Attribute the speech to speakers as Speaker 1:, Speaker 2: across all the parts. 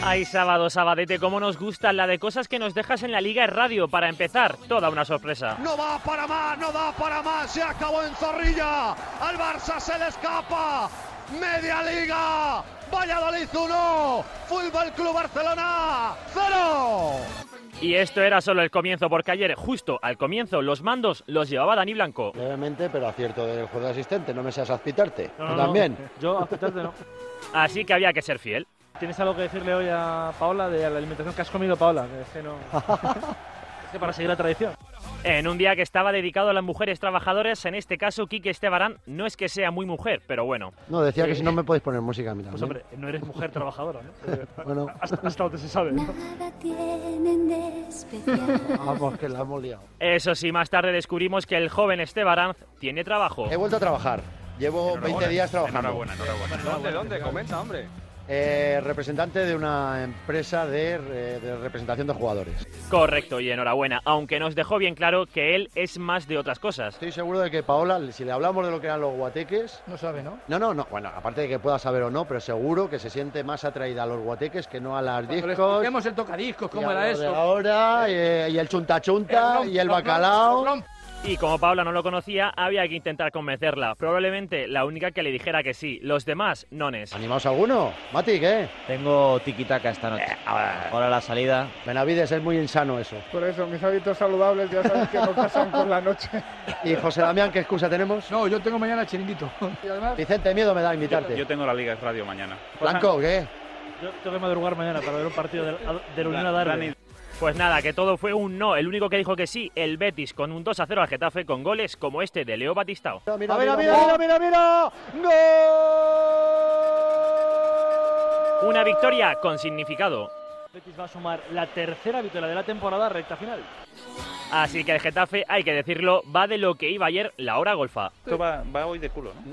Speaker 1: Ay, sábado, sabadete, cómo nos gusta la de cosas que nos dejas en la Liga Radio. Para empezar, toda una sorpresa.
Speaker 2: No va para más, no da para más. Se acabó en Zorrilla. Al Barça se le escapa. Media Liga. Valladolid 1. Fútbol Club Barcelona 0.
Speaker 1: Y esto era solo el comienzo, porque ayer, justo al comienzo, los mandos los llevaba Dani Blanco.
Speaker 3: Brevemente, pero acierto del juego de asistente. No me seas aspitarte.
Speaker 4: No, no, no.
Speaker 3: También.
Speaker 4: Yo aceptarte no.
Speaker 1: Así que había que ser fiel.
Speaker 4: ¿Tienes algo que decirle hoy a Paola de la alimentación que has comido, Paola? Que es que no. es que para seguir la tradición.
Speaker 1: En un día que estaba dedicado a las mujeres trabajadoras, en este caso, Quique Estebarán no es que sea muy mujer, pero bueno.
Speaker 3: No, decía que si no me podéis poner música a mí
Speaker 4: Pues
Speaker 3: también.
Speaker 4: hombre, no eres mujer trabajadora, ¿no? Eh,
Speaker 3: Bueno.
Speaker 4: Hasta, hasta donde se sabe. ¿no?
Speaker 5: Nada tienen de especial.
Speaker 3: Vamos, que la hemos liado.
Speaker 1: Eso sí, más tarde descubrimos que el joven Estebarán tiene trabajo.
Speaker 3: He vuelto a trabajar. Llevo 20 días trabajando.
Speaker 6: Enhorabuena, enhorabuena.
Speaker 7: ¿Dónde, dónde? Comenta, hombre.
Speaker 3: Eh, representante de una empresa de, eh, de representación de jugadores.
Speaker 1: Correcto, y enhorabuena, aunque nos dejó bien claro que él es más de otras cosas.
Speaker 3: Estoy seguro de que Paola, si le hablamos de lo que eran los guateques,
Speaker 4: No sabe, ¿no?
Speaker 3: no, no, no, bueno, aparte de que pueda saber o no, pero seguro que se siente más atraída a los guateques que no a las discos.
Speaker 8: Tenemos el tocadiscos,
Speaker 3: y
Speaker 8: ¿cómo
Speaker 3: a
Speaker 8: era
Speaker 3: lo de
Speaker 8: eso?
Speaker 3: Ahora, eh, y, el chunta chunta, y el bacalao.
Speaker 1: Y como Paula no lo conocía, había que intentar convencerla. Probablemente la única que le dijera que sí, los demás, nones.
Speaker 3: ¿Animaos alguno? ¿eh? Mati, ¿qué?
Speaker 9: Tengo tiquitaca esta noche. Ahora la salida.
Speaker 3: Benavides, es muy insano eso.
Speaker 10: Por eso, mis hábitos saludables ya sabes que no pasan por la noche.
Speaker 3: ¿Y José Damián, qué excusa tenemos?
Speaker 8: No, yo tengo mañana chiringuito.
Speaker 10: Y además,
Speaker 3: Vicente, miedo me da invitarte.
Speaker 6: Yo tengo la Liga Radio mañana.
Speaker 3: Blanco, ¿qué?
Speaker 4: Yo tengo que madrugar mañana para ver un partido del, del Unión a
Speaker 6: Dani,
Speaker 4: Darwin.
Speaker 1: Pues nada, que todo fue un no. El único que dijo que sí, el Betis, con un 2 a 0 al Getafe, con goles como este de Leo Batistao.
Speaker 8: Ah,
Speaker 3: Mira,
Speaker 2: mira,
Speaker 3: mira,
Speaker 2: mira, mira. ¡Gol!
Speaker 1: Una victoria con significado.
Speaker 4: Betis va a sumar la tercera victoria de la temporada recta final.
Speaker 1: Así que el Getafe, hay que decirlo, va de lo que iba ayer la hora golfa.
Speaker 6: Esto va, va hoy de culo, ¿no?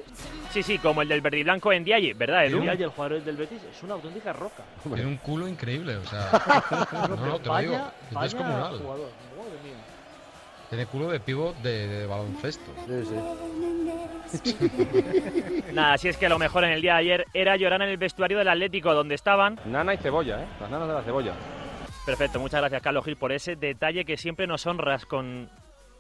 Speaker 1: Sí, sí, como el del verdiblanco en Diaye, ¿verdad, Edu?
Speaker 4: Y ayer el jugador del Betis es una auténtica roca.
Speaker 11: Tiene un culo increíble, o sea. no, no, te lo digo.
Speaker 4: Vaya,
Speaker 11: Es
Speaker 4: vaya
Speaker 11: descomunal.
Speaker 4: jugador, madre mía.
Speaker 11: Tiene culo de pivot de, de baloncesto.
Speaker 3: Sí, sí.
Speaker 5: Tienen de especial.
Speaker 1: Nada, si es que lo mejor en el día de ayer era llorar en el vestuario del Atlético donde estaban.
Speaker 7: Nana y cebolla, ¿eh? Las nanas de la cebolla.
Speaker 1: Perfecto, muchas gracias Carlos Gil por ese detalle que siempre nos honras con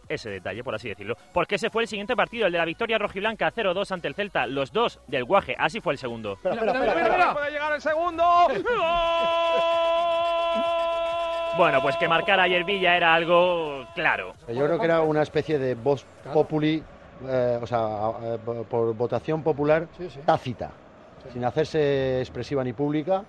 Speaker 1: ese detalle, por así decirlo. Porque ese fue el siguiente partido, el de la victoria rojiblanca 0-2 ante el Celta, los dos del Guaje, así fue el segundo.
Speaker 3: Espera, espera, espera,
Speaker 8: mira,
Speaker 3: espera.
Speaker 8: mira.
Speaker 7: Puede llegar el segundo.
Speaker 1: Bueno, pues que marcar ayer Villa era algo claro.
Speaker 3: Yo creo que era una especie de voz populi, eh, o sea, eh, por votación popular
Speaker 10: Sí, sí.
Speaker 3: tácita, sin hacerse expresiva ni pública.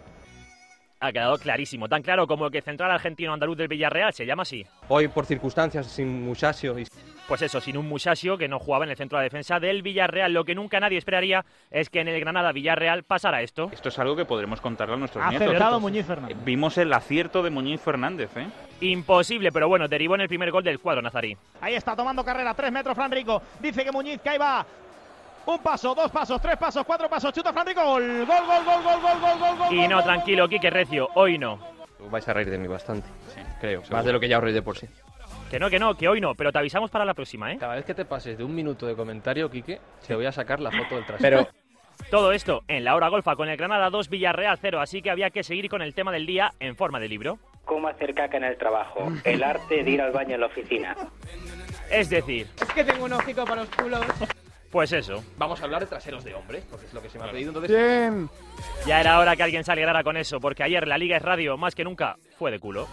Speaker 1: Ha quedado clarísimo, tan claro como que el central argentino andaluz del Villarreal se llama así.
Speaker 7: Hoy, por circunstancias, sin Musasio y
Speaker 1: Pues eso, sin un muchacho que no jugaba en el centro de defensa del Villarreal, lo que nunca nadie esperaría es que en el Granada Villarreal pasara esto.
Speaker 6: Esto es algo que podremos contarle a
Speaker 4: Ah,
Speaker 6: nuestros nietos. Eh,
Speaker 4: Acertado Muñiz Fernández.
Speaker 6: Vimos el acierto de Muñiz Fernández, ¿eh?
Speaker 1: Imposible, pero bueno, derivó en el primer gol del cuadro nazarí.
Speaker 2: Ahí está tomando carrera, tres metros Fran Rico. Dice que Muñiz que ahí va. Un paso, dos pasos, tres pasos, cuatro pasos, chuta Fran Rico. Gol, gol, gol, gol, gol, gol, gol, gol, gol.
Speaker 1: Y
Speaker 2: gol,
Speaker 1: no,
Speaker 2: gol,
Speaker 1: tranquilo,
Speaker 2: gol, gol,
Speaker 1: Quique Recio, hoy no.
Speaker 7: Vais a reír de mí bastante,
Speaker 6: Sí.
Speaker 7: creo.
Speaker 6: Seguro.
Speaker 7: Más de lo que ya os reís de por sí.
Speaker 1: Que no, que no, que hoy no, pero te avisamos para la próxima, ¿eh?
Speaker 8: Cada vez que te pases de un minuto de comentario, Quique, te voy a sacar la foto del trasero.
Speaker 7: Pero
Speaker 1: Todo esto en la hora golfa con el Granada 2 Villarreal 0, así que había que seguir con el tema del día en forma de libro.
Speaker 9: ¿Cómo hacer caca en el trabajo? El arte de ir al baño en la oficina.
Speaker 1: Es decir,
Speaker 8: Es que tengo un hocico para los culos.
Speaker 1: pues eso.
Speaker 8: Vamos a hablar de traseros de hombres, porque es lo que se me ha pedido. Entonces,
Speaker 10: Bien.
Speaker 1: Ya era hora que alguien se alegrara con eso, porque ayer la Liga es Radio, más que nunca, fue de culo.